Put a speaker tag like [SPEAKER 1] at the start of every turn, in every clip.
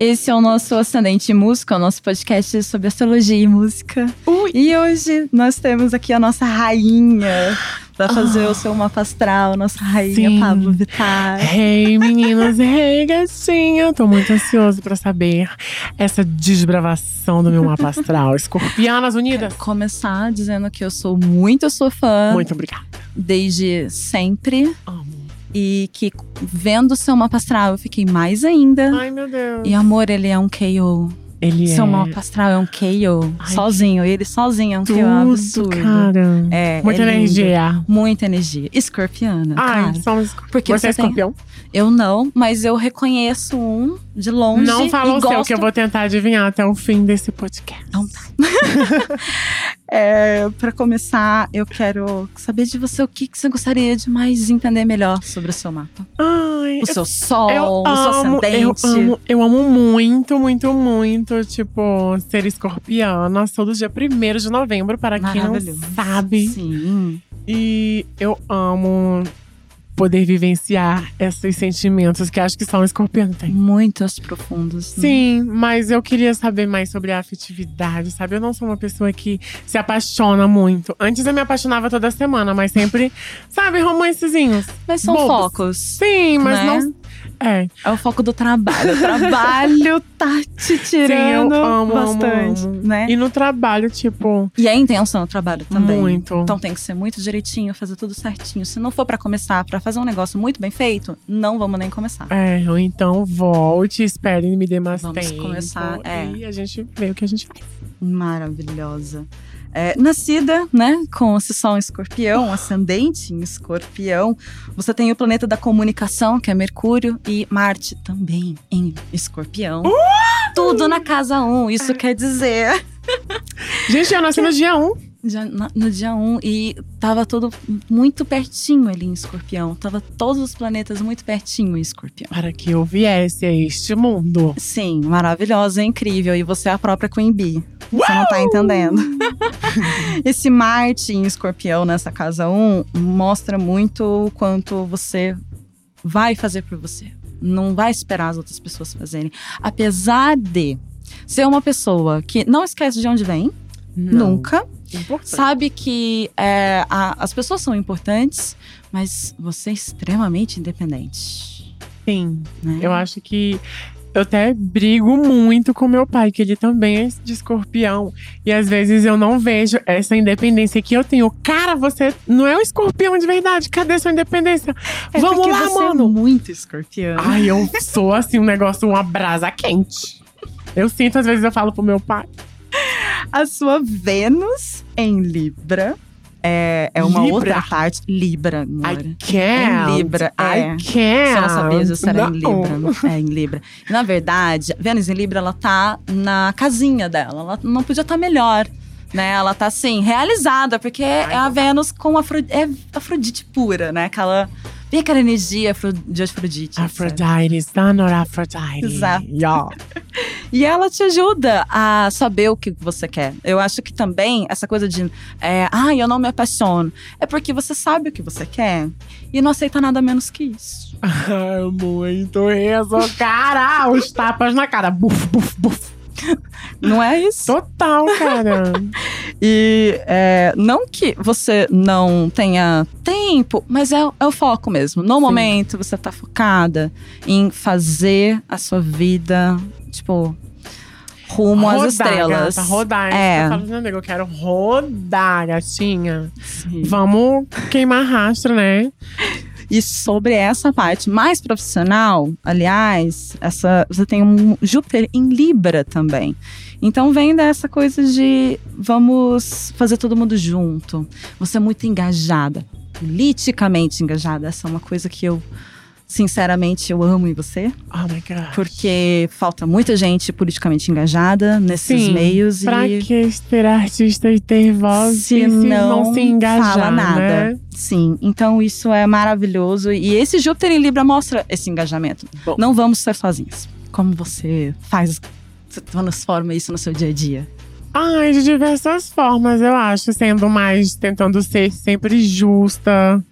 [SPEAKER 1] Esse é o nosso Ascendente em Música, o nosso podcast sobre astrologia e música.
[SPEAKER 2] Ui.
[SPEAKER 1] E hoje nós temos aqui a nossa rainha pra fazer o seu mapa astral, nossa rainha
[SPEAKER 2] Ah. Sim.
[SPEAKER 1] Pablo Vittar.
[SPEAKER 2] Hey meninos, hey gatinho! Tô muito ansioso pra saber essa desbravação do meu mapa astral. Escorpianas Unidas!
[SPEAKER 1] Começar dizendo que eu sou muito sua fã
[SPEAKER 2] Muito obrigada.
[SPEAKER 1] desde sempre
[SPEAKER 2] Amo.
[SPEAKER 1] e que vendo seu mapa astral eu fiquei mais ainda.
[SPEAKER 2] Ai, meu Deus.
[SPEAKER 1] E amor, ele é um KO.
[SPEAKER 2] Ele é
[SPEAKER 1] Seu mapa astral é um KO.
[SPEAKER 2] Ai,
[SPEAKER 1] sozinho, ele sozinho é um KO
[SPEAKER 2] tudo,
[SPEAKER 1] absurdo.
[SPEAKER 2] cara.
[SPEAKER 1] É,
[SPEAKER 2] Muita
[SPEAKER 1] é lindo.
[SPEAKER 2] energia.
[SPEAKER 1] Muita energia. Escorpiana,
[SPEAKER 2] Ai,
[SPEAKER 1] claro.
[SPEAKER 2] somos
[SPEAKER 1] Porque
[SPEAKER 2] Você é
[SPEAKER 1] você tem-
[SPEAKER 2] escorpião?
[SPEAKER 1] Eu não, mas eu reconheço um de longe.
[SPEAKER 2] Não fala
[SPEAKER 1] e
[SPEAKER 2] o seu,
[SPEAKER 1] gosto.
[SPEAKER 2] que eu vou tentar adivinhar até o fim desse podcast.
[SPEAKER 1] Então É, pra começar, eu quero saber de você o que, que você gostaria de mais entender melhor sobre o seu mapa.
[SPEAKER 2] Ai,
[SPEAKER 1] O seu sol,
[SPEAKER 2] eu
[SPEAKER 1] o seu
[SPEAKER 2] amo, eu
[SPEAKER 1] ascendente.
[SPEAKER 2] amo, eu amo muito, muito, muito, tipo, ser escorpiana. Sou do dia 1 de novembro, para quem não
[SPEAKER 1] Maravilhoso.
[SPEAKER 2] sabe.
[SPEAKER 1] Sim.
[SPEAKER 2] E eu amo poder vivenciar esses sentimentos que acho que só um escorpião
[SPEAKER 1] Uhum.
[SPEAKER 2] tem.
[SPEAKER 1] Muitos profundos. né?
[SPEAKER 2] Sim, mas eu queria saber mais sobre a afetividade, sabe? Eu não sou uma pessoa que se apaixona muito. Antes eu me apaixonava toda semana, mas sempre, sabe, romancezinhos.
[SPEAKER 1] Mas são
[SPEAKER 2] Bobos.
[SPEAKER 1] focos.
[SPEAKER 2] Sim, mas
[SPEAKER 1] Né?
[SPEAKER 2] não. É,
[SPEAKER 1] É o foco do trabalho. O trabalho tá te tirando
[SPEAKER 2] amo, amo,
[SPEAKER 1] bastante,
[SPEAKER 2] amo.
[SPEAKER 1] né?
[SPEAKER 2] E no trabalho, tipo,
[SPEAKER 1] E é intenso no trabalho também.
[SPEAKER 2] muito.
[SPEAKER 1] Então tem que ser muito direitinho, fazer tudo certinho. Se não for pra começar, pra fazer um negócio muito bem feito, não vamos nem começar.
[SPEAKER 2] É, ou então volte, espere e me dê mais
[SPEAKER 1] Vamos
[SPEAKER 2] tempo.
[SPEAKER 1] começar, é.
[SPEAKER 2] E a gente vê o que a gente faz.
[SPEAKER 1] Maravilhosa. É, nascida, né, com esse sol em escorpião, ascendente em escorpião, você tem o planeta da comunicação, que é Mercúrio, e Marte também em escorpião. Tudo na casa 1, um, isso quer dizer.
[SPEAKER 2] Gente, eu nasci no dia 1.
[SPEAKER 1] Já na- no dia 1 um, e tava tudo muito pertinho ali em escorpião. Tava todos os planetas muito pertinho em escorpião.
[SPEAKER 2] Para que eu viesse a este mundo.
[SPEAKER 1] Sim, maravilhosa, incrível. E você é a própria Queen Bee. Você não tá entendendo. Esse Marte em escorpião nessa casa 1 mostra muito o quanto você vai fazer por você. Não vai esperar as outras pessoas fazerem. Apesar de ser uma pessoa que não esquece de onde vem, nunca.
[SPEAKER 2] Importante.
[SPEAKER 1] sabe que é, a- as pessoas são importantes, mas você é extremamente independente.
[SPEAKER 2] Sim.
[SPEAKER 1] né?
[SPEAKER 2] Eu acho que eu até brigo muito com meu pai, que ele também é de escorpião. E às vezes eu não vejo essa independência que eu tenho. Cara, você não é um escorpião de verdade. Cadê sua independência?
[SPEAKER 1] É
[SPEAKER 2] Vamos
[SPEAKER 1] porque
[SPEAKER 2] lá,
[SPEAKER 1] você
[SPEAKER 2] mano. Ah,
[SPEAKER 1] É muito escorpião.
[SPEAKER 2] Ai, eu sou assim, um negócio, uma brasa quente. Eu sinto, às vezes eu falo pro meu pai.
[SPEAKER 1] A sua Vênus em Libra é, é uma
[SPEAKER 2] Libra?
[SPEAKER 1] outra parte. Libra, amor.
[SPEAKER 2] I can't.
[SPEAKER 1] Em Libra,
[SPEAKER 2] I
[SPEAKER 1] é.
[SPEAKER 2] can't.
[SPEAKER 1] Você não sabia disso, era
[SPEAKER 2] Não.
[SPEAKER 1] em Libra. É, em Libra. E, na verdade, Vênus em Libra, ela tá na casinha dela. Ela não podia estar melhor, né? Ela tá, assim, realizada. Porque é a Vênus com Afro, é Afrodite pura, né? Aquela… Bem aquela energia afro- de Afrodite. etc.
[SPEAKER 2] Aphrodite, Sonor Aphrodite.
[SPEAKER 1] Exato.
[SPEAKER 2] Yeah.
[SPEAKER 1] E ela te ajuda a saber o que você quer. Eu acho que também essa coisa de, é, ah, eu não me apaixono, é porque você sabe o que você quer e não aceita nada menos que isso.
[SPEAKER 2] Ai, muito isso, cara! Os tapas na cara. Buf, buf, buf.
[SPEAKER 1] Não é isso?
[SPEAKER 2] Total, cara.
[SPEAKER 1] E é, não que você não tenha tempo, mas é, é o foco mesmo. No
[SPEAKER 2] Sim.
[SPEAKER 1] momento, você tá focada em fazer a sua vida, tipo, rumo às estrelas.
[SPEAKER 2] Gata, rodar.
[SPEAKER 1] É.
[SPEAKER 2] Eu falo, meu amigo, eu quero rodar, gatinha.
[SPEAKER 1] Sim.
[SPEAKER 2] Vamos queimar rastro, né?
[SPEAKER 1] E sobre essa parte mais profissional, aliás, essa você tem um Júpiter em Libra também. Então vem dessa coisa de vamos fazer todo mundo junto. Você é muito engajada, politicamente engajada. Essa é uma coisa que eu sinceramente eu amo em você,
[SPEAKER 2] Oh my God.
[SPEAKER 1] porque falta muita gente politicamente engajada nesses
[SPEAKER 2] Sim,
[SPEAKER 1] meios
[SPEAKER 2] Pra
[SPEAKER 1] e
[SPEAKER 2] que ser artista e ter voz
[SPEAKER 1] Se
[SPEAKER 2] se, não,
[SPEAKER 1] não
[SPEAKER 2] se engajar,
[SPEAKER 1] fala nada.
[SPEAKER 2] né?
[SPEAKER 1] Sim, então isso é maravilhoso. E esse Júpiter em Libra mostra esse engajamento.
[SPEAKER 2] Bom.
[SPEAKER 1] Não vamos ser sozinhos. Como você faz, você transforma isso no seu dia a dia.
[SPEAKER 2] Ai, de diversas formas, eu acho. Sendo mais, tentando ser sempre justa.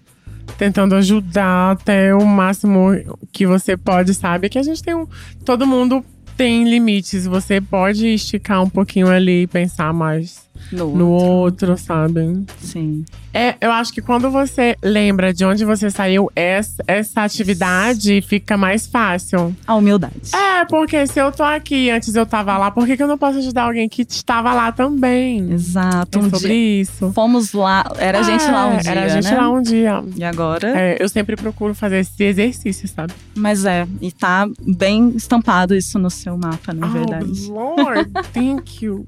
[SPEAKER 2] Tentando ajudar até o máximo que você pode, sabe? Que a gente tem um… Todo mundo tem limites. Você pode esticar um pouquinho ali e pensar mais
[SPEAKER 1] No,
[SPEAKER 2] no outro, sabe?
[SPEAKER 1] Sim.
[SPEAKER 2] É, eu acho que quando você lembra de onde você saiu, essa, essa atividade fica mais fácil.
[SPEAKER 1] A humildade.
[SPEAKER 2] É, porque se eu tô aqui e antes eu tava lá, por que, que eu não posso ajudar alguém que estava lá também?
[SPEAKER 1] Exato.
[SPEAKER 2] É
[SPEAKER 1] Um
[SPEAKER 2] sobre
[SPEAKER 1] dia.
[SPEAKER 2] isso.
[SPEAKER 1] Fomos lá. Era a gente lá um
[SPEAKER 2] É,
[SPEAKER 1] dia.
[SPEAKER 2] Era a gente
[SPEAKER 1] né?
[SPEAKER 2] lá um dia.
[SPEAKER 1] E agora?
[SPEAKER 2] É, eu sempre procuro fazer esse exercício, sabe?
[SPEAKER 1] Mas é, e tá bem estampado isso no seu mapa, na verdade.
[SPEAKER 2] Oh, Lord, thank you.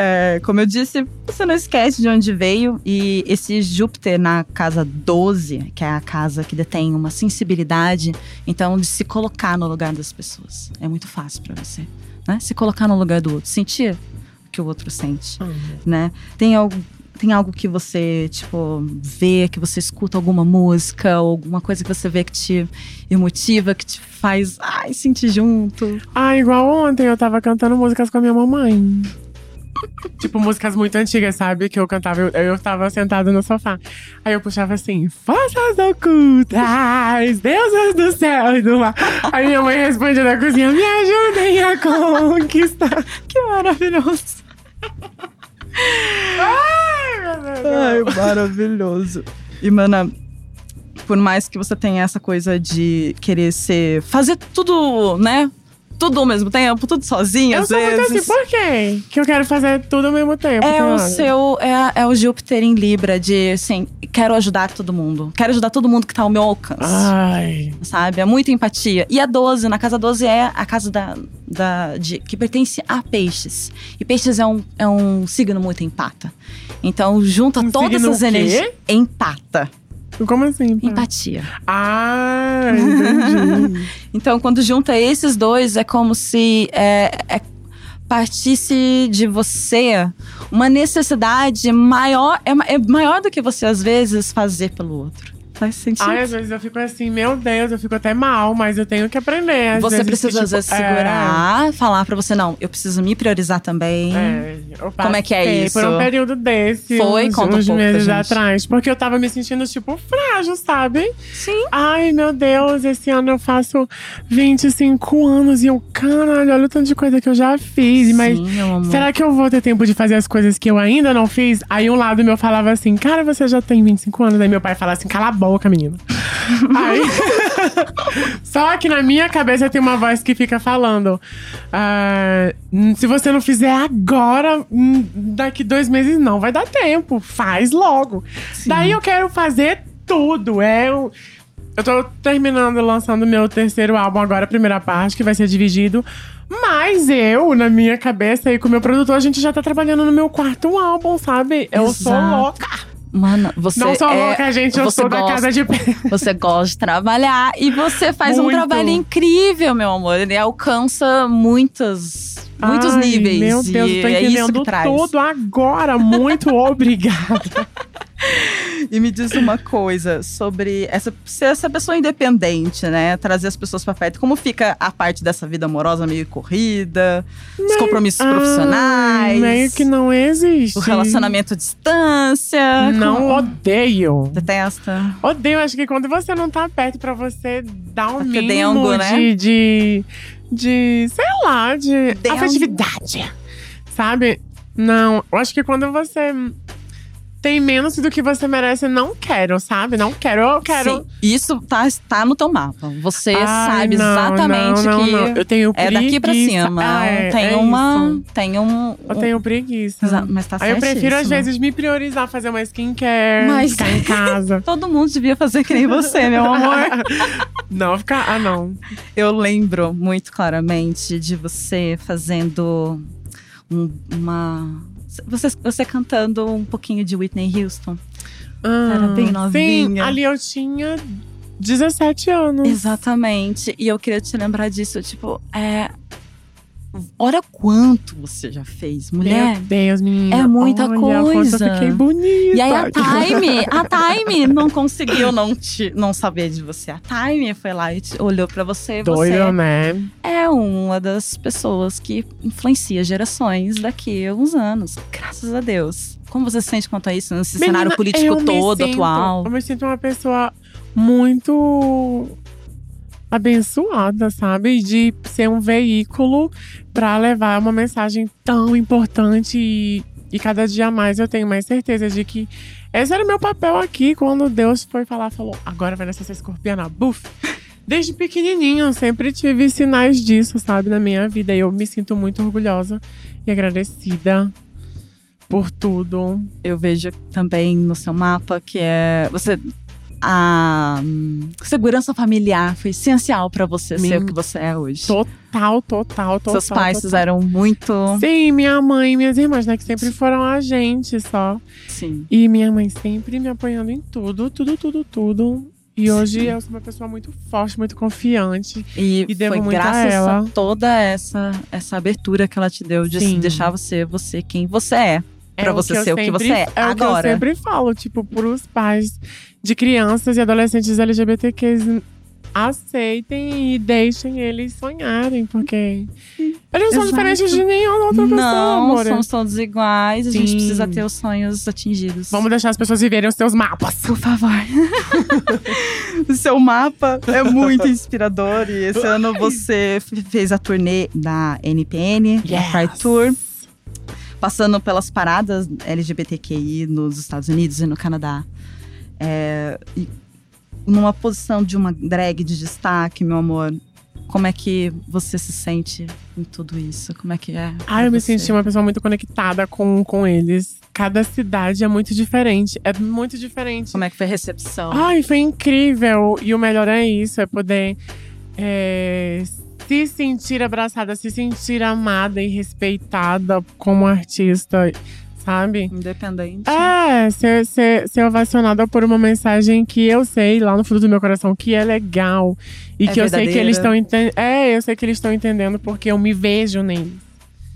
[SPEAKER 1] É, como eu disse, você não esquece de onde veio. E esse Júpiter na casa 12, que é a casa que detém uma sensibilidade, então de se colocar no lugar das pessoas. É muito fácil pra você, né? Se colocar no lugar do outro, sentir o que o outro sente.
[SPEAKER 2] Ah.
[SPEAKER 1] né? Tem algo, tem algo que você, tipo, vê, que você escuta alguma música ou alguma coisa que você vê que te emotiva, que te faz, ai, sentir junto.
[SPEAKER 2] Ah, igual ontem eu tava cantando músicas com a minha mamãe. tipo, músicas muito antigas, sabe? Que eu cantava, eu, eu tava sentada no sofá. Aí eu puxava assim, forças ocultas, deuses do céu e do mar. Aí minha mãe respondia da cozinha, me ajudem a conquistar.
[SPEAKER 1] Que maravilhoso.
[SPEAKER 2] Ai, meu Deus.
[SPEAKER 1] maravilhoso. E, mana, por mais que você tenha essa coisa de querer ser, fazer tudo, né? Tudo ao mesmo tempo, tudo sozinho,
[SPEAKER 2] Eu
[SPEAKER 1] às
[SPEAKER 2] sou muito
[SPEAKER 1] vezes.
[SPEAKER 2] assim, por quê? Que eu quero fazer tudo ao mesmo tempo.
[SPEAKER 1] É o
[SPEAKER 2] sabe?
[SPEAKER 1] seu, é, é o Júpiter em Libra, de assim, quero ajudar todo mundo. Quero ajudar todo mundo que tá ao meu alcance.
[SPEAKER 2] Ah. Ai.
[SPEAKER 1] sabe? É muita empatia. E a 12, na casa 12 é a casa da, da, de, que pertence a peixes. E peixes é um, é um signo muito empata. Então junta
[SPEAKER 2] Um
[SPEAKER 1] todas
[SPEAKER 2] signo
[SPEAKER 1] essas
[SPEAKER 2] o quê?
[SPEAKER 1] energias. Empata.
[SPEAKER 2] Como assim?
[SPEAKER 1] Hum.
[SPEAKER 2] pá?
[SPEAKER 1] Empatia.
[SPEAKER 2] Ah, entendi.
[SPEAKER 1] Então quando junta esses dois, é como se é, é, partisse de você uma necessidade maior, é, ma- é maior do que você às vezes fazer pelo outro. Faz sentido?
[SPEAKER 2] Ai, às vezes eu fico assim, meu Deus, eu fico até mal, mas eu tenho que aprender. Às
[SPEAKER 1] você
[SPEAKER 2] vezes,
[SPEAKER 1] precisa
[SPEAKER 2] que,
[SPEAKER 1] às vezes
[SPEAKER 2] tipo, é,
[SPEAKER 1] segurar, falar pra você, não, eu preciso me priorizar também.
[SPEAKER 2] é, eu
[SPEAKER 1] Como é que é
[SPEAKER 2] passei Por
[SPEAKER 1] isso?
[SPEAKER 2] um período desse,
[SPEAKER 1] Foi?
[SPEAKER 2] uns,
[SPEAKER 1] Conta um
[SPEAKER 2] uns
[SPEAKER 1] pouco pra
[SPEAKER 2] meses
[SPEAKER 1] gente.
[SPEAKER 2] atrás. Porque eu tava me sentindo, tipo, frágil, sabe?
[SPEAKER 1] Sim.
[SPEAKER 2] Ai, meu Deus, esse ano eu faço 25 anos e eu, caralho, olha o tanto de coisa que eu já fiz. Mas
[SPEAKER 1] Sim, meu amor.
[SPEAKER 2] Será que eu vou ter tempo de fazer as coisas que eu ainda não fiz? Aí um lado meu falava assim, cara, você já tem 25 anos. Aí meu pai falava assim, cala a boca, menina. Aí... Só que na minha cabeça tem uma voz que fica falando: ah, hum, se você não fizer agora, hum, daqui dois meses não vai dar tempo. Faz logo.
[SPEAKER 1] Sim.
[SPEAKER 2] Daí eu quero fazer tudo. É, eu, eu tô terminando, lançando meu terceiro álbum agora, a primeira parte, que vai ser dividido. Mas eu, na minha cabeça e com o meu produtor, a gente já tá trabalhando no meu quarto álbum, sabe? Eu sou
[SPEAKER 1] Exato.
[SPEAKER 2] louca.
[SPEAKER 1] Mano, você
[SPEAKER 2] não sou
[SPEAKER 1] é-
[SPEAKER 2] louca, gente. Eu
[SPEAKER 1] você
[SPEAKER 2] sou da
[SPEAKER 1] gosta,
[SPEAKER 2] casa de pedra.
[SPEAKER 1] Você gosta de trabalhar e você faz um
[SPEAKER 2] Muito.
[SPEAKER 1] trabalho incrível, meu amor. Ele alcança muitos, muitos
[SPEAKER 2] Ai,
[SPEAKER 1] níveis.
[SPEAKER 2] Meu
[SPEAKER 1] e
[SPEAKER 2] Deus, eu tô
[SPEAKER 1] é isso
[SPEAKER 2] entendendo
[SPEAKER 1] que traz.
[SPEAKER 2] tudo agora. Muito obrigada.
[SPEAKER 1] E me diz uma coisa sobre essa, ser essa pessoa independente, né? Trazer as pessoas pra perto. Como fica a parte dessa vida amorosa meio corrida, os compromissos
[SPEAKER 2] Ai,
[SPEAKER 1] profissionais,
[SPEAKER 2] meio que não existe.
[SPEAKER 1] o relacionamento à distância?
[SPEAKER 2] Não
[SPEAKER 1] Como-
[SPEAKER 2] odeio.
[SPEAKER 1] Detesta?
[SPEAKER 2] Odeio, acho que quando você não tá perto pra você dar um
[SPEAKER 1] Tá
[SPEAKER 2] mínimo
[SPEAKER 1] fedengo,
[SPEAKER 2] de,
[SPEAKER 1] né?
[SPEAKER 2] de. de. sei lá, de.
[SPEAKER 1] Dengo.
[SPEAKER 2] afetividade. Sabe? Não, eu acho que quando você tem menos do que você merece, não quero, sabe? Não quero, eu quero.
[SPEAKER 1] Sim, isso tá, tá no teu mapa. Você
[SPEAKER 2] Ai,
[SPEAKER 1] sabe
[SPEAKER 2] não,
[SPEAKER 1] exatamente
[SPEAKER 2] não, não,
[SPEAKER 1] que
[SPEAKER 2] não. Eu tenho
[SPEAKER 1] é daqui pra
[SPEAKER 2] preguiça.
[SPEAKER 1] cima.
[SPEAKER 2] Ah, é,
[SPEAKER 1] tem
[SPEAKER 2] é
[SPEAKER 1] uma.
[SPEAKER 2] isso.
[SPEAKER 1] Tem um.
[SPEAKER 2] Eu tenho preguiça.
[SPEAKER 1] Exa- Mas tá
[SPEAKER 2] Aí eu prefiro, às
[SPEAKER 1] certíssimo.
[SPEAKER 2] vezes, me priorizar, fazer uma skincare,
[SPEAKER 1] Mas-
[SPEAKER 2] ficar em casa.
[SPEAKER 1] Todo mundo devia fazer que nem você, meu amor.
[SPEAKER 2] não, ficar. Ah, não.
[SPEAKER 1] Eu lembro muito claramente de você fazendo um- uma. Você, você cantando um pouquinho de Whitney Houston.
[SPEAKER 2] Ah,
[SPEAKER 1] Era bem novinha.
[SPEAKER 2] Sim, ali eu tinha 17 anos.
[SPEAKER 1] Exatamente. E eu queria te lembrar disso. Tipo, é. Olha quanto você já fez, mulher.
[SPEAKER 2] Meu Deus, menina.
[SPEAKER 1] É muita
[SPEAKER 2] olha, quanto
[SPEAKER 1] coisa.
[SPEAKER 2] Eu fiquei bonita.
[SPEAKER 1] E aí a Time, a Time não conseguiu não, te, não saber de você. A Time foi lá e te- olhou pra você. e
[SPEAKER 2] Doido,
[SPEAKER 1] Você
[SPEAKER 2] né?
[SPEAKER 1] é uma das pessoas que influencia gerações daqui a uns anos. Graças a Deus. Como você se sente quanto a isso nesse cenário
[SPEAKER 2] Menina, eu
[SPEAKER 1] político
[SPEAKER 2] me
[SPEAKER 1] todo
[SPEAKER 2] sinto-
[SPEAKER 1] atual?
[SPEAKER 2] Eu me sinto uma pessoa muito abençoada, sabe? De ser um veículo para levar uma mensagem tão importante e, e cada dia mais eu tenho mais certeza de que esse era o meu papel aqui quando Deus foi falar, falou: agora vai nascer essa escorpiana, buf! Desde pequenininho, eu sempre tive sinais disso, sabe, na minha vida. E eu me sinto muito orgulhosa e agradecida por tudo.
[SPEAKER 1] Eu vejo também no seu mapa que é. Você. A hum, segurança familiar foi essencial para você
[SPEAKER 2] Sim.
[SPEAKER 1] ser o que você é hoje.
[SPEAKER 2] Total, total, total.
[SPEAKER 1] Seus pais
[SPEAKER 2] total.
[SPEAKER 1] fizeram um? muito.
[SPEAKER 2] Sim, minha mãe e minhas irmãs, né? Que sempre foram a gente só.
[SPEAKER 1] Sim.
[SPEAKER 2] E minha mãe sempre me apoiando em tudo, tudo, tudo, tudo. E hoje
[SPEAKER 1] Sim.
[SPEAKER 2] eu sou uma pessoa muito forte, muito confiante.
[SPEAKER 1] E,
[SPEAKER 2] E devo
[SPEAKER 1] foi
[SPEAKER 2] muito a
[SPEAKER 1] graças a,
[SPEAKER 2] ela.
[SPEAKER 1] toda essa, essa abertura que ela te deu de
[SPEAKER 2] Sim.
[SPEAKER 1] deixar você você quem você é. Pra
[SPEAKER 2] o
[SPEAKER 1] você
[SPEAKER 2] que eu
[SPEAKER 1] ser o que
[SPEAKER 2] sempre-
[SPEAKER 1] você é
[SPEAKER 2] É o que eu
[SPEAKER 1] agora.
[SPEAKER 2] sempre falo, tipo, pros pais de crianças e adolescentes LGBTQs aceitem e deixem eles sonharem, porque eles não são
[SPEAKER 1] Exato.
[SPEAKER 2] diferentes de nenhuma outra pessoa,
[SPEAKER 1] Não,
[SPEAKER 2] amor.
[SPEAKER 1] somos todos iguais, a gente
[SPEAKER 2] Sim.
[SPEAKER 1] precisa ter os sonhos atingidos.
[SPEAKER 2] Vamos deixar as pessoas viverem os seus mapas.
[SPEAKER 1] Por favor. o seu mapa é muito inspirador. E esse ano você f- fez a turnê da NPN, da Pride Tour, passando pelas paradas LGBTQI nos Estados Unidos e no Canadá. É, e numa posição de uma drag de destaque, meu amor. Como é que você se sente em tudo isso? Como é que é?
[SPEAKER 2] Ah, eu me
[SPEAKER 1] você?
[SPEAKER 2] senti uma pessoa muito conectada com, com eles. Cada cidade é muito diferente. É muito diferente.
[SPEAKER 1] Como é que foi a recepção?
[SPEAKER 2] Ai, foi incrível. E o melhor é isso, é poder é, se sentir abraçada, se sentir amada e respeitada como artista, sabe?
[SPEAKER 1] Independente.
[SPEAKER 2] É, ser, ser, ser ovacionada por uma mensagem que eu sei lá no fundo do meu coração que é legal. E
[SPEAKER 1] É
[SPEAKER 2] que eu sei que
[SPEAKER 1] verdadeira.
[SPEAKER 2] eles estão entendendo. É, eu sei que eles estão entendendo porque eu me vejo neles.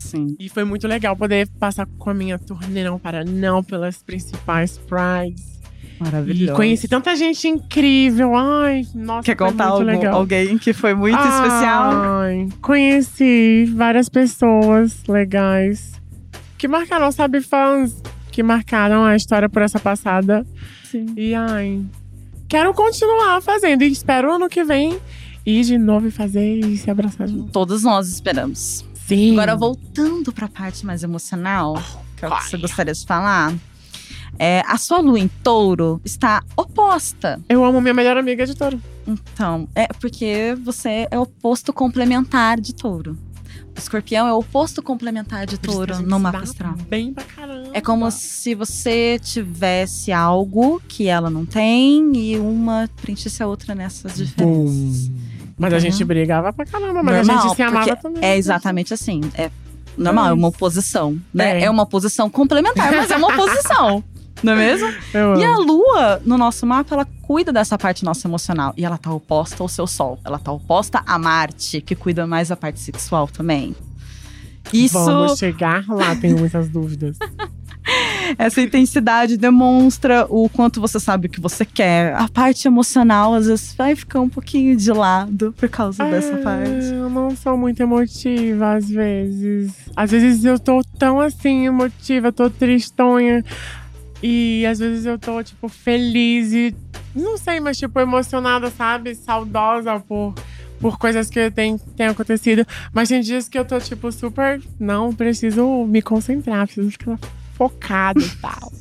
[SPEAKER 1] Sim.
[SPEAKER 2] E foi muito legal poder passar com a minha turnê não para não pelas principais prides. E
[SPEAKER 1] Maravilhoso.
[SPEAKER 2] conheci tanta gente incrível. Ai, nossa,
[SPEAKER 1] Quer
[SPEAKER 2] foi
[SPEAKER 1] contar
[SPEAKER 2] muito
[SPEAKER 1] algum-
[SPEAKER 2] legal. Ah,
[SPEAKER 1] alguém que foi muito especial?
[SPEAKER 2] Ai, Conheci várias pessoas legais que marcaram, sabe, fãs que marcaram a história por essa passada.
[SPEAKER 1] Sim.
[SPEAKER 2] E ai, quero continuar fazendo e espero ano que vem ir de novo e fazer e se abraçar de novo.
[SPEAKER 1] Todos nós esperamos.
[SPEAKER 2] Sim.
[SPEAKER 1] Agora, voltando para a parte mais emocional, que é o que você gostaria de falar. é, a sua lua em touro está oposta.
[SPEAKER 2] Eu amo minha melhor amiga de touro.
[SPEAKER 1] Então, é porque você é o oposto complementar de touro. O escorpião é o oposto complementar de touro no mapa astral.
[SPEAKER 2] Bem pra caramba.
[SPEAKER 1] É como se você tivesse algo que ela não tem e uma preenchesse a outra nessas diferenças.
[SPEAKER 2] Mas a gente brigava pra caramba, mas a
[SPEAKER 1] Uhum. Normal,
[SPEAKER 2] gente se amava
[SPEAKER 1] porque
[SPEAKER 2] também.
[SPEAKER 1] É exatamente assim. É normal, é uma oposição, né?
[SPEAKER 2] É.
[SPEAKER 1] É. uma oposição complementar, mas é uma oposição. Não é mesmo?
[SPEAKER 2] Eu
[SPEAKER 1] E
[SPEAKER 2] amo.
[SPEAKER 1] a lua, no nosso mapa, ela cuida dessa parte nossa emocional. E ela tá oposta ao seu sol. Ela tá oposta a Marte, que cuida mais da parte sexual também. Isso,
[SPEAKER 2] Vamos chegar lá, tenho muitas dúvidas.
[SPEAKER 1] essa intensidade demonstra o quanto você sabe o que você quer. A parte emocional, às vezes, vai ficar um pouquinho de lado por causa dessa
[SPEAKER 2] Ah,
[SPEAKER 1] parte.
[SPEAKER 2] Eu não sou muito emotiva, às vezes. Às vezes eu tô tão assim, emotiva, tô tristonha. E às vezes eu tô, tipo, feliz e. Não sei, mas, tipo, emocionada, sabe? Saudosa por, por coisas que tem, tem acontecido. Mas tem dias que eu tô, tipo, super. Não, preciso me concentrar, preciso ficar focada e tal.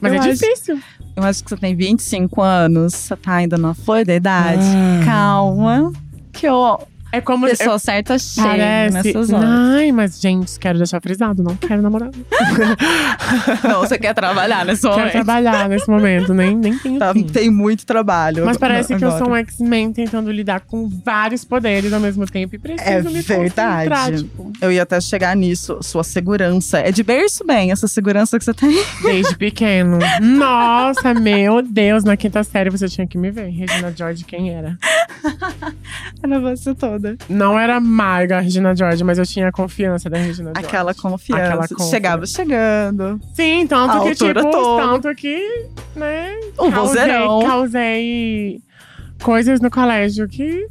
[SPEAKER 2] Mas
[SPEAKER 1] Eu
[SPEAKER 2] é
[SPEAKER 1] acho-
[SPEAKER 2] difícil.
[SPEAKER 1] Eu acho que você tem 25 anos, você tá ainda na flor da idade. Calma, que eu,
[SPEAKER 2] É como.
[SPEAKER 1] a
[SPEAKER 2] é
[SPEAKER 1] pessoa certa chega
[SPEAKER 2] Parece.
[SPEAKER 1] nessas horas.
[SPEAKER 2] Ai, mas gente, quero deixar frisado, não quero namorar.
[SPEAKER 1] Não, você quer trabalhar nesse
[SPEAKER 2] quero trabalhar nesse momento, nem, nem tenho
[SPEAKER 1] Tá,
[SPEAKER 2] tempo.
[SPEAKER 1] tem muito trabalho.
[SPEAKER 2] Mas parece que eu
[SPEAKER 1] agora.
[SPEAKER 2] sou um X-Men tentando lidar com vários poderes ao mesmo tempo e preciso
[SPEAKER 1] É
[SPEAKER 2] me concentrar,
[SPEAKER 1] verdade.
[SPEAKER 2] tipo,
[SPEAKER 1] Eu ia até chegar nisso. Sua segurança. É de berço bem, essa segurança que você tem.
[SPEAKER 2] desde pequeno. Nossa, meu Deus, na quinta série você tinha que me ver. Regina George, quem era?
[SPEAKER 1] Na você toda.
[SPEAKER 2] Não era magra a Regina George, mas eu tinha a confiança da Regina George.
[SPEAKER 1] Aquela confiança.
[SPEAKER 2] Aquela confiança.
[SPEAKER 1] Chegava chegando.
[SPEAKER 2] Sim, tanto
[SPEAKER 1] A
[SPEAKER 2] que, tipo,
[SPEAKER 1] altura toda.
[SPEAKER 2] tanto que, né,
[SPEAKER 1] Um
[SPEAKER 2] causei,
[SPEAKER 1] vozeirão.
[SPEAKER 2] causei coisas no colégio que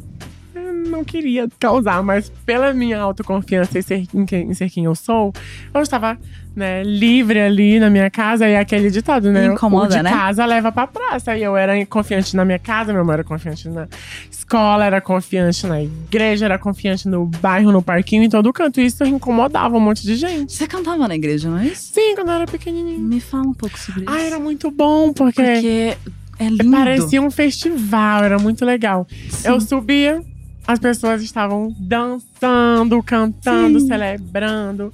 [SPEAKER 2] eu não queria causar, mas pela minha autoconfiança e ser, em, quem, em ser quem eu sou, eu estava né, livre ali na minha casa e aquele ditado, né?
[SPEAKER 1] Incomoda,
[SPEAKER 2] o de
[SPEAKER 1] né?
[SPEAKER 2] casa leva pra praça. E eu era confiante na minha casa, minha mãe era confiante na escola, era confiante na igreja, era confiante no bairro, no parquinho, em todo canto. E isso incomodava um monte de gente.
[SPEAKER 1] Você cantava na igreja, não é isso?
[SPEAKER 2] Sim, quando eu era pequenininha.
[SPEAKER 1] Me fala um pouco sobre isso.
[SPEAKER 2] Ah, era muito bom, porque,
[SPEAKER 1] Porque é lindo.
[SPEAKER 2] parecia um festival, era muito legal.
[SPEAKER 1] Sim.
[SPEAKER 2] Eu subia, as pessoas estavam dançando, cantando,
[SPEAKER 1] Sim.
[SPEAKER 2] celebrando.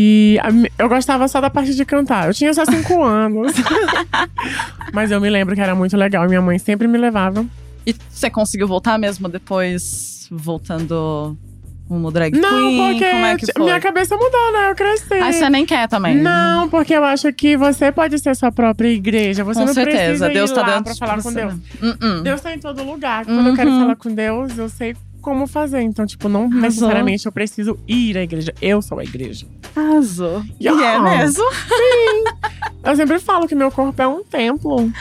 [SPEAKER 2] E a mi- eu gostava só da parte de cantar. Eu tinha só cinco anos. Mas eu me lembro que era muito legal. Minha mãe sempre me levava.
[SPEAKER 1] E você conseguiu voltar mesmo depois, voltando como drag queen?
[SPEAKER 2] Não, porque
[SPEAKER 1] Como é que
[SPEAKER 2] t-
[SPEAKER 1] foi?
[SPEAKER 2] minha cabeça mudou, né? Eu cresci.
[SPEAKER 1] Aí você nem quer também.
[SPEAKER 2] Não, porque eu acho que você pode ser sua própria igreja. Você
[SPEAKER 1] com
[SPEAKER 2] não
[SPEAKER 1] certeza.
[SPEAKER 2] precisa
[SPEAKER 1] Deus
[SPEAKER 2] ir
[SPEAKER 1] tá
[SPEAKER 2] lá
[SPEAKER 1] dentro
[SPEAKER 2] pra
[SPEAKER 1] de
[SPEAKER 2] falar com
[SPEAKER 1] você,
[SPEAKER 2] Deus.
[SPEAKER 1] né? Uh-uh.
[SPEAKER 2] Deus tá em todo lugar. Quando eu quero
[SPEAKER 1] Uhum.
[SPEAKER 2] falar com Deus, eu sei como fazer. Então, tipo, não
[SPEAKER 1] Arrasou.
[SPEAKER 2] necessariamente eu preciso ir à igreja. Eu sou a igreja.
[SPEAKER 1] Arrasou. E é
[SPEAKER 2] Yeah.
[SPEAKER 1] mesmo.
[SPEAKER 2] Eu sempre falo que meu corpo é um templo.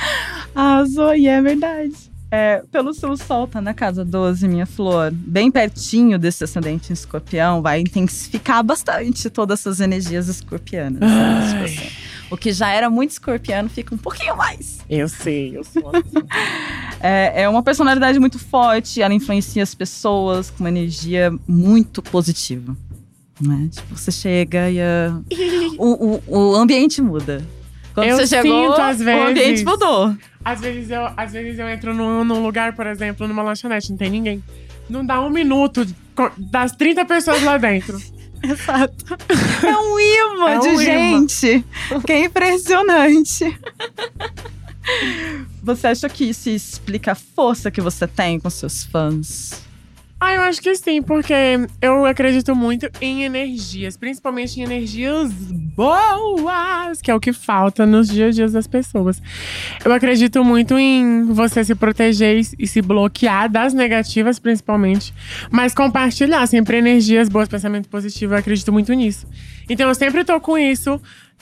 [SPEAKER 1] Arrasou, e é verdade. É, pelo seu sol, tá na casa 12, minha flor. Bem pertinho desse ascendente em escorpião, vai intensificar bastante todas essas energias escorpianas. sabe? Tipo
[SPEAKER 2] Ai.
[SPEAKER 1] assim, O que já era muito escorpiano fica um pouquinho mais.
[SPEAKER 2] Eu sei, eu sou. assim.
[SPEAKER 1] É, é uma personalidade muito forte, ela influencia as pessoas com uma energia muito positiva. Né? Tipo, você chega e ah, o, o, o ambiente muda. Quando
[SPEAKER 2] Eu
[SPEAKER 1] você chegou,
[SPEAKER 2] sinto, às
[SPEAKER 1] o ambiente
[SPEAKER 2] vezes.
[SPEAKER 1] mudou.
[SPEAKER 2] às, vezes eu, às vezes eu entro num, num lugar, por exemplo, numa lanchonete, não tem ninguém. Não dá um minuto co- das 30 pessoas lá dentro.
[SPEAKER 1] Exato. É um imã
[SPEAKER 2] É
[SPEAKER 1] de
[SPEAKER 2] um imã.
[SPEAKER 1] gente. Que é impressionante. Você acha que isso explica a força que você tem com seus fãs?
[SPEAKER 2] Ah, eu acho que sim, porque eu acredito muito em energias, principalmente em energias boas, que é o que falta nos dias a dias das pessoas. Eu acredito muito em você se proteger e- e se bloquear das negativas, principalmente, mas compartilhar sempre energias boas, pensamento positivo, eu acredito muito nisso. Então eu sempre tô com isso.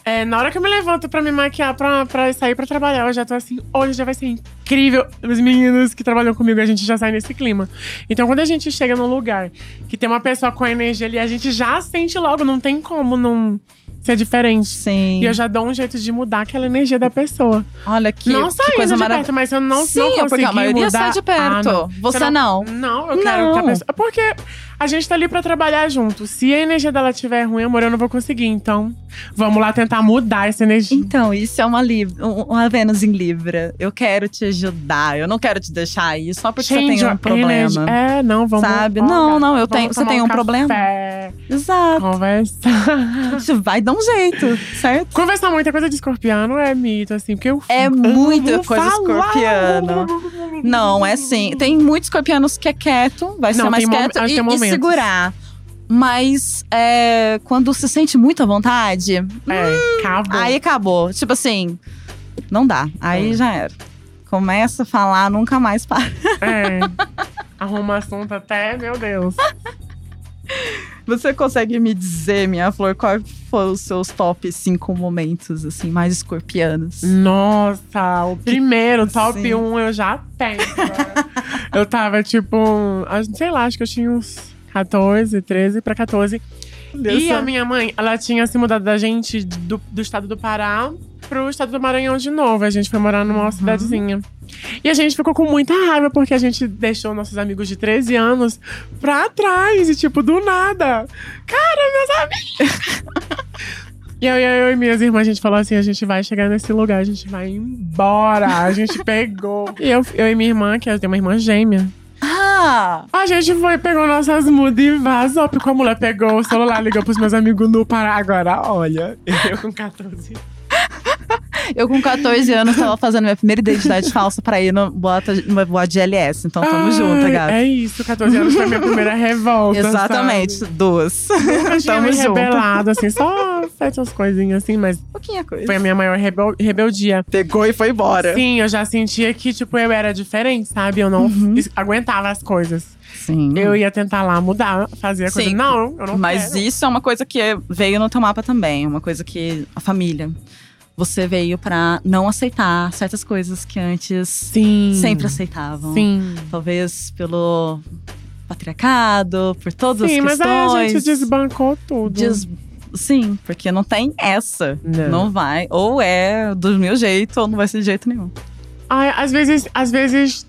[SPEAKER 2] É, na hora que eu me levanto pra me maquiar, pra, pra sair pra trabalhar, eu já tô assim, hoje já vai ser incrível. Os meninos que trabalham comigo, a gente já sai nesse clima. Então, quando a gente chega num lugar que tem uma pessoa com energia ali, a gente já sente logo, não tem como não ser diferente.
[SPEAKER 1] Sim.
[SPEAKER 2] E eu já dou um jeito de mudar aquela energia da pessoa.
[SPEAKER 1] Olha que,
[SPEAKER 2] não saindo
[SPEAKER 1] que coisa
[SPEAKER 2] de
[SPEAKER 1] maravilhosa.
[SPEAKER 2] perto, mas eu não,
[SPEAKER 1] Sim, é
[SPEAKER 2] não consegui
[SPEAKER 1] porque a maioria
[SPEAKER 2] mudar.
[SPEAKER 1] sai de perto.
[SPEAKER 2] Ah, não.
[SPEAKER 1] Você,
[SPEAKER 2] Você
[SPEAKER 1] não.
[SPEAKER 2] Não, eu quero que a
[SPEAKER 1] Não.
[SPEAKER 2] pessoa. Porque a gente tá ali pra trabalhar junto. Se a energia dela tiver ruim, amor, eu não vou conseguir. Então, vamos lá tentar mudar essa energia.
[SPEAKER 1] Então, isso é uma, lib- um- uma Vênus em Libra. Eu quero te ajudar. Eu não quero te deixar aí só porque você tem
[SPEAKER 2] Change
[SPEAKER 1] um
[SPEAKER 2] your
[SPEAKER 1] problema.
[SPEAKER 2] energy. É, não, vamos.
[SPEAKER 1] Sabe?
[SPEAKER 2] vamos
[SPEAKER 1] Não,
[SPEAKER 2] lá.
[SPEAKER 1] não, eu
[SPEAKER 2] Vamos
[SPEAKER 1] tenho- você
[SPEAKER 2] tomar
[SPEAKER 1] tem um problema?
[SPEAKER 2] café,
[SPEAKER 1] Exato.
[SPEAKER 2] Conversar.
[SPEAKER 1] A gente vai dar um jeito, certo?
[SPEAKER 2] Conversar muito é coisa de escorpiano, é mito, assim, porque eu
[SPEAKER 1] É
[SPEAKER 2] eu
[SPEAKER 1] muita
[SPEAKER 2] vou
[SPEAKER 1] coisa escorpiano. Não, é sim. Tem muitos escorpianos que é quieto, vai
[SPEAKER 2] Não,
[SPEAKER 1] ser mais
[SPEAKER 2] tem mom-
[SPEAKER 1] quieto
[SPEAKER 2] acho que
[SPEAKER 1] e,
[SPEAKER 2] tem
[SPEAKER 1] e
[SPEAKER 2] momentos.
[SPEAKER 1] segurar. Mas é, quando se sente muito à vontade,
[SPEAKER 2] É, cabo.
[SPEAKER 1] aí acabou. Tipo assim, não dá. Aí já era. Começa a falar, nunca mais para.
[SPEAKER 2] É. Arruma assunto até, meu Deus.
[SPEAKER 1] Você consegue me dizer, minha flor, quais foram os seus top 5 momentos, assim, mais escorpianos?
[SPEAKER 2] Hum. Nossa, o primeiro, top
[SPEAKER 1] Sim.
[SPEAKER 2] 1, um, eu já tenho. eu tava, tipo, a- sei lá, acho que eu tinha uns 14, 13 pra 14. E a minha mãe, ela tinha se mudado da gente do, do estado do Pará pro estado do Maranhão de novo. A gente foi morar numa cidadezinha. E a gente ficou com muita raiva porque a gente deixou nossos amigos de 13 anos pra trás e, tipo, do nada. Cara, meus amigos! E eu, eu, eu e minhas irmãs, a gente falou assim: a gente vai chegar nesse lugar, a gente vai embora. A gente pegou. E eu, eu e minha irmã, que eu tenho uma irmã gêmea,
[SPEAKER 1] Ah!
[SPEAKER 2] a gente foi, pegou nossas mudas e vazou. Porque a mulher pegou o celular, ligou pros meus amigos no Pará. Agora, olha, eu com 14.
[SPEAKER 1] Eu, com 14 anos, tava fazendo minha primeira identidade falsa pra ir numa boate, numa boate de LS. Então, tamo
[SPEAKER 2] Ai,
[SPEAKER 1] junto, gata.
[SPEAKER 2] É isso, 14 anos foi minha primeira revolta.
[SPEAKER 1] Exatamente, duas.
[SPEAKER 2] sabe? Nunca tinha
[SPEAKER 1] Tamo
[SPEAKER 2] me
[SPEAKER 1] junto.
[SPEAKER 2] rebelado, assim, só feito umas coisinhas assim, mas
[SPEAKER 1] Pouquinha coisa.
[SPEAKER 2] foi a minha maior rebel- rebeldia.
[SPEAKER 1] Pegou e foi embora.
[SPEAKER 2] Sim, eu já sentia que, tipo, eu era diferente, sabe? Eu não
[SPEAKER 1] Uhum.
[SPEAKER 2] es- aguentava as coisas.
[SPEAKER 1] Sim.
[SPEAKER 2] Eu ia tentar lá mudar, fazer a coisa.
[SPEAKER 1] Uhum. Sim.
[SPEAKER 2] Não, eu não
[SPEAKER 1] Mas
[SPEAKER 2] quero.
[SPEAKER 1] isso é uma coisa que veio no teu mapa também, uma coisa que a família. Você veio pra não aceitar certas coisas que antes
[SPEAKER 2] Sim.
[SPEAKER 1] assim. sempre aceitavam.
[SPEAKER 2] Sim.
[SPEAKER 1] Talvez pelo patriarcado, por todas
[SPEAKER 2] Sim,
[SPEAKER 1] as
[SPEAKER 2] mas
[SPEAKER 1] questões.
[SPEAKER 2] aí a gente desbancou tudo.
[SPEAKER 1] Des- Sim, porque não tem essa.
[SPEAKER 2] Não.
[SPEAKER 1] Não vai. Ou é do meu jeito, ou não vai ser de jeito nenhum.
[SPEAKER 2] Ai, às vezes, às vezes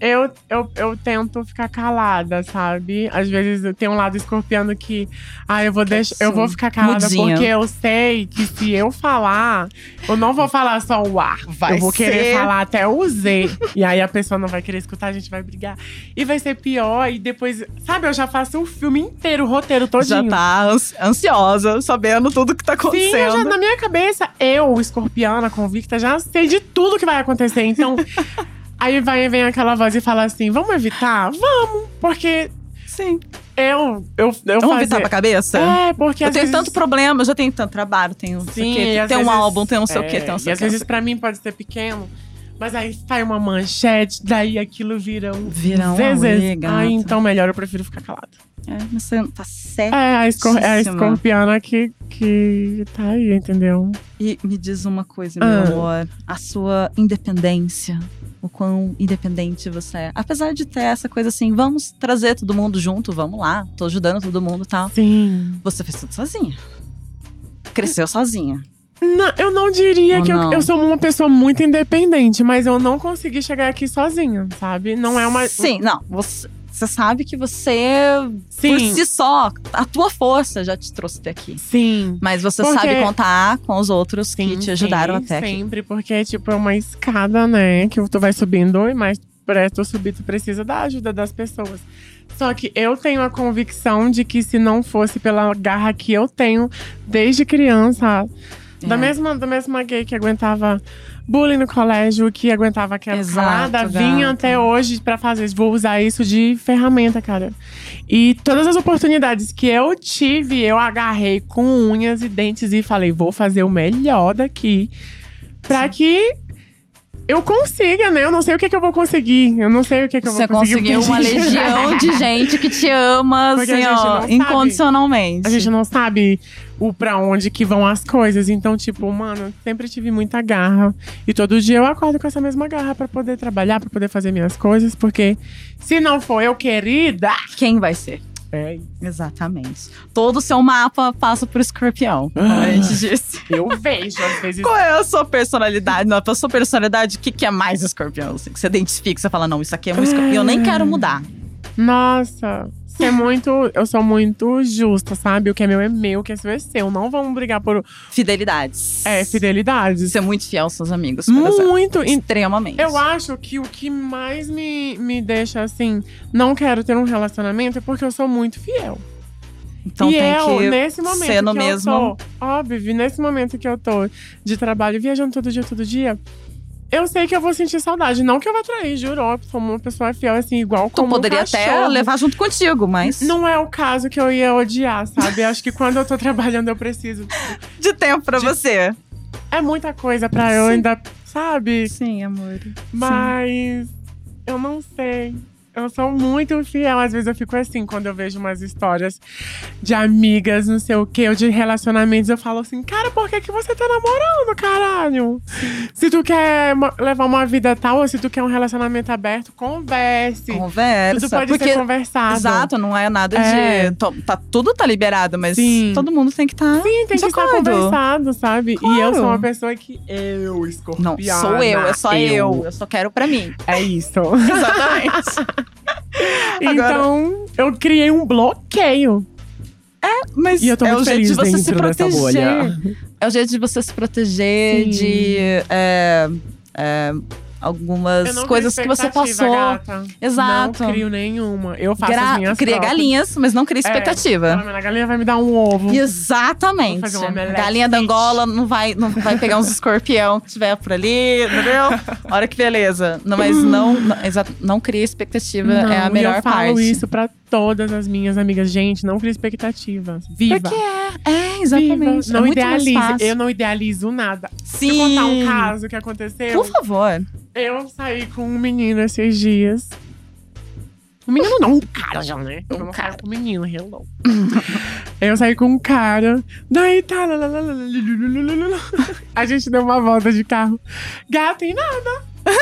[SPEAKER 2] eu, eu, eu tento ficar calada, sabe? Às vezes tem um lado escorpiano que, ah, eu vou deixar, eu
[SPEAKER 1] Sim.
[SPEAKER 2] vou ficar calada
[SPEAKER 1] Mudinha.
[SPEAKER 2] porque eu sei que se eu falar, eu não vou falar só o A.
[SPEAKER 1] Vai
[SPEAKER 2] eu vou querer
[SPEAKER 1] ser.
[SPEAKER 2] falar até o Z. e aí a pessoa não vai querer escutar, a gente vai brigar. E vai ser pior e depois, sabe, eu já faço o filme inteiro, o roteiro todinho.
[SPEAKER 1] Já tá ans- ansiosa, sabendo tudo que tá acontecendo.
[SPEAKER 2] Sim, eu já- na minha cabeça, eu, escorpiana, convicta, já sei de tudo que vai acontecer. Então, aí vai vem aquela voz e fala assim: vamos evitar? Vamos! Porque
[SPEAKER 1] Sim.
[SPEAKER 2] eu. eu, eu
[SPEAKER 1] Vamos
[SPEAKER 2] fazer-
[SPEAKER 1] evitar pra cabeça?
[SPEAKER 2] É, porque
[SPEAKER 1] eu
[SPEAKER 2] às
[SPEAKER 1] tenho
[SPEAKER 2] vezes-
[SPEAKER 1] tanto problema, eu já tenho tanto trabalho, tenho não sei o
[SPEAKER 2] Sim,
[SPEAKER 1] quê,
[SPEAKER 2] e
[SPEAKER 1] tem
[SPEAKER 2] às
[SPEAKER 1] um
[SPEAKER 2] vezes-
[SPEAKER 1] álbum, tem não sei o quê,
[SPEAKER 2] é,
[SPEAKER 1] tem um não
[SPEAKER 2] E
[SPEAKER 1] sei o
[SPEAKER 2] às
[SPEAKER 1] quê. não
[SPEAKER 2] vezes
[SPEAKER 1] sei o
[SPEAKER 2] pra mim pode ser pequeno, mas aí sai uma manchete, daí aquilo vira um.
[SPEAKER 1] quê. Vira um
[SPEAKER 2] Zezé.
[SPEAKER 1] auê, gata.
[SPEAKER 2] Ah, então melhor, eu prefiro ficar calada.
[SPEAKER 1] É, mas você não tá certo.
[SPEAKER 2] É, a, escor é a
[SPEAKER 1] Certíssima.
[SPEAKER 2] escorpiana que, que tá aí, entendeu?
[SPEAKER 1] E me diz uma coisa,
[SPEAKER 2] Ah.
[SPEAKER 1] meu amor. A sua independência. O quão independente você é. Apesar de ter essa coisa assim, vamos trazer todo mundo junto, vamos lá. Tô ajudando todo mundo e tal.
[SPEAKER 2] Sim.
[SPEAKER 1] Você fez tudo sozinha. Cresceu sozinha.
[SPEAKER 2] Não, eu não diria
[SPEAKER 1] Ou
[SPEAKER 2] que eu-
[SPEAKER 1] não?
[SPEAKER 2] Eu, sou uma pessoa muito independente, mas eu não consegui chegar aqui sozinha, sabe? Não é uma.
[SPEAKER 1] Sim, não. Você, você sabe que você, por
[SPEAKER 2] Sim.
[SPEAKER 1] si só, a tua força já te trouxe até aqui.
[SPEAKER 2] Sim.
[SPEAKER 1] Mas você
[SPEAKER 2] Porque-
[SPEAKER 1] sabe contar com os outros
[SPEAKER 2] Sim,
[SPEAKER 1] que te ajudaram
[SPEAKER 2] sim,
[SPEAKER 1] até aqui.
[SPEAKER 2] Sempre, porque, tipo, é uma escada, né? Que tu vai subindo e mais pra tu subir, tu precisa da ajuda das pessoas. Só que eu tenho a convicção de que se não fosse pela garra que eu tenho desde criança, da,
[SPEAKER 1] É.
[SPEAKER 2] mesma, da mesma gay que aguentava bullying no colégio, que aguentava aquela
[SPEAKER 1] Exato,
[SPEAKER 2] calada, vinha
[SPEAKER 1] gata.
[SPEAKER 2] até hoje pra fazer. Vou usar isso de ferramenta, cara. E todas as oportunidades que eu tive, eu agarrei com unhas e dentes e falei, vou fazer o melhor daqui. Pra que eu consiga, né? Eu não sei o que, que eu vou conseguir. Eu não sei o que, que eu
[SPEAKER 1] Você
[SPEAKER 2] vou conseguir.
[SPEAKER 1] conseguiu
[SPEAKER 2] porque a
[SPEAKER 1] uma
[SPEAKER 2] gente-
[SPEAKER 1] legião de gente que te ama,
[SPEAKER 2] Porque a
[SPEAKER 1] assim,
[SPEAKER 2] gente não
[SPEAKER 1] ó,
[SPEAKER 2] sabe.
[SPEAKER 1] incondicionalmente.
[SPEAKER 2] A gente não sabe o pra onde que vão as coisas. Então, tipo, mano, eu sempre tive muita garra. E todo dia eu acordo com essa mesma garra pra poder trabalhar, pra poder fazer minhas coisas. Porque se não for eu, querida.
[SPEAKER 1] Quem vai ser?
[SPEAKER 2] É,
[SPEAKER 1] Exatamente. Todo o seu mapa passa por escorpião, como
[SPEAKER 2] Ah.
[SPEAKER 1] a gente disse.
[SPEAKER 2] eu vejo às vezes.
[SPEAKER 1] Qual é a sua personalidade? Na sua personalidade, o que, que é mais escorpião? Assim, que você identifica, você fala, não, isso aqui é um escorpião. Eu nem quero mudar.
[SPEAKER 2] Nossa, você é muito. Eu sou muito justa, sabe? O que é meu é meu, o que é seu é seu. Não vamos brigar por.
[SPEAKER 1] Fidelidades.
[SPEAKER 2] É, fidelidades.
[SPEAKER 1] Ser muito fiel aos seus amigos, por exemplo.
[SPEAKER 2] Muito. E
[SPEAKER 1] Extremamente.
[SPEAKER 2] Eu acho que o que mais me, me deixa assim, não quero ter um relacionamento é porque eu sou muito fiel.
[SPEAKER 1] Então
[SPEAKER 2] e
[SPEAKER 1] tem
[SPEAKER 2] eu,
[SPEAKER 1] que
[SPEAKER 2] nesse momento
[SPEAKER 1] ser no
[SPEAKER 2] que
[SPEAKER 1] mesmo-
[SPEAKER 2] eu tô, óbvio, nesse momento que eu tô de trabalho, viajando todo dia, todo dia, eu sei que eu vou sentir saudade. Não que eu vou trair, juro, ó, sou uma pessoa fiel, assim, igual
[SPEAKER 1] Tu
[SPEAKER 2] como
[SPEAKER 1] poderia
[SPEAKER 2] um
[SPEAKER 1] até
[SPEAKER 2] cachorro.
[SPEAKER 1] levar junto contigo, mas
[SPEAKER 2] Não é o caso que eu ia odiar, sabe? Acho que quando eu tô trabalhando, eu preciso.
[SPEAKER 1] de tempo pra você.
[SPEAKER 2] É muita coisa pra eu
[SPEAKER 1] Sim.
[SPEAKER 2] ainda, sabe?
[SPEAKER 1] Sim, amor.
[SPEAKER 2] Mas eu não sei. Eu sou muito fiel. Às vezes eu fico assim, quando eu vejo umas histórias de amigas, não sei o quê, ou de relacionamentos, eu falo assim, cara, por que, que você tá namorando, caralho? Se tu quer ma- levar uma vida tal, ou se tu quer um relacionamento aberto, converse.
[SPEAKER 1] Conversa.
[SPEAKER 2] Tudo pode
[SPEAKER 1] porque,
[SPEAKER 2] ser conversado.
[SPEAKER 1] exato, não é nada
[SPEAKER 2] É.
[SPEAKER 1] de. to- tá, tudo tá liberado, mas
[SPEAKER 2] Sim.
[SPEAKER 1] todo mundo tem que tá estar.
[SPEAKER 2] Sim, tem
[SPEAKER 1] De
[SPEAKER 2] que estar
[SPEAKER 1] acordo.
[SPEAKER 2] conversado, sabe? E eu
[SPEAKER 1] Claro.
[SPEAKER 2] sou uma pessoa que eu,
[SPEAKER 1] não,
[SPEAKER 2] escorpião.
[SPEAKER 1] sou eu, é só eu. eu. só quero pra mim.
[SPEAKER 2] É isso.
[SPEAKER 1] Exatamente.
[SPEAKER 2] Então, eu criei um bloqueio.
[SPEAKER 1] Mas
[SPEAKER 2] E eu tô
[SPEAKER 1] é o
[SPEAKER 2] muito
[SPEAKER 1] jeito
[SPEAKER 2] feliz
[SPEAKER 1] de você se
[SPEAKER 2] dentro dessa
[SPEAKER 1] proteger.
[SPEAKER 2] bolha.
[SPEAKER 1] É o jeito de você se proteger
[SPEAKER 2] Sim.
[SPEAKER 1] de. é, é,
[SPEAKER 2] Eu
[SPEAKER 1] algumas
[SPEAKER 2] não
[SPEAKER 1] coisas que
[SPEAKER 2] crio
[SPEAKER 1] você
[SPEAKER 2] expectativa,
[SPEAKER 1] passou.
[SPEAKER 2] gata.
[SPEAKER 1] Exato.
[SPEAKER 2] Não crio nenhuma. Eu faço as minhas
[SPEAKER 1] cria
[SPEAKER 2] próprias.
[SPEAKER 1] galinhas, mas não cria
[SPEAKER 2] É.
[SPEAKER 1] expectativa.
[SPEAKER 2] Pelo menos A galinha vai me dar um ovo.
[SPEAKER 1] Exatamente.
[SPEAKER 2] Vou fazer um omelete.
[SPEAKER 1] Galinha da Angola não vai, não vai pegar uns escorpião que tiver por ali, entendeu? Olha que beleza. Não, mas não, não, exato, não cria expectativa,
[SPEAKER 2] Uhum. Não,
[SPEAKER 1] é a
[SPEAKER 2] e
[SPEAKER 1] melhor
[SPEAKER 2] eu falo
[SPEAKER 1] parte.
[SPEAKER 2] isso pra todas as minhas amigas. Gente, não cria expectativa. Viva.
[SPEAKER 1] Porque é, é,
[SPEAKER 2] Viva.
[SPEAKER 1] exatamente. é
[SPEAKER 2] Não
[SPEAKER 1] muito mais
[SPEAKER 2] idealize.
[SPEAKER 1] fácil.
[SPEAKER 2] Eu não idealizo nada. Deixa
[SPEAKER 1] Sim.
[SPEAKER 2] eu contar um caso que aconteceu.
[SPEAKER 1] Por favor.
[SPEAKER 2] Eu saí com um menino esses dias. Um menino não, um cara já, né? Eu não saio com um menino, hello. eu saí com um cara. Daí tá. lá, lá, lá, lá, lá, lá, lá, lá, lá, lá. A gente deu uma volta de carro. Gato em nada.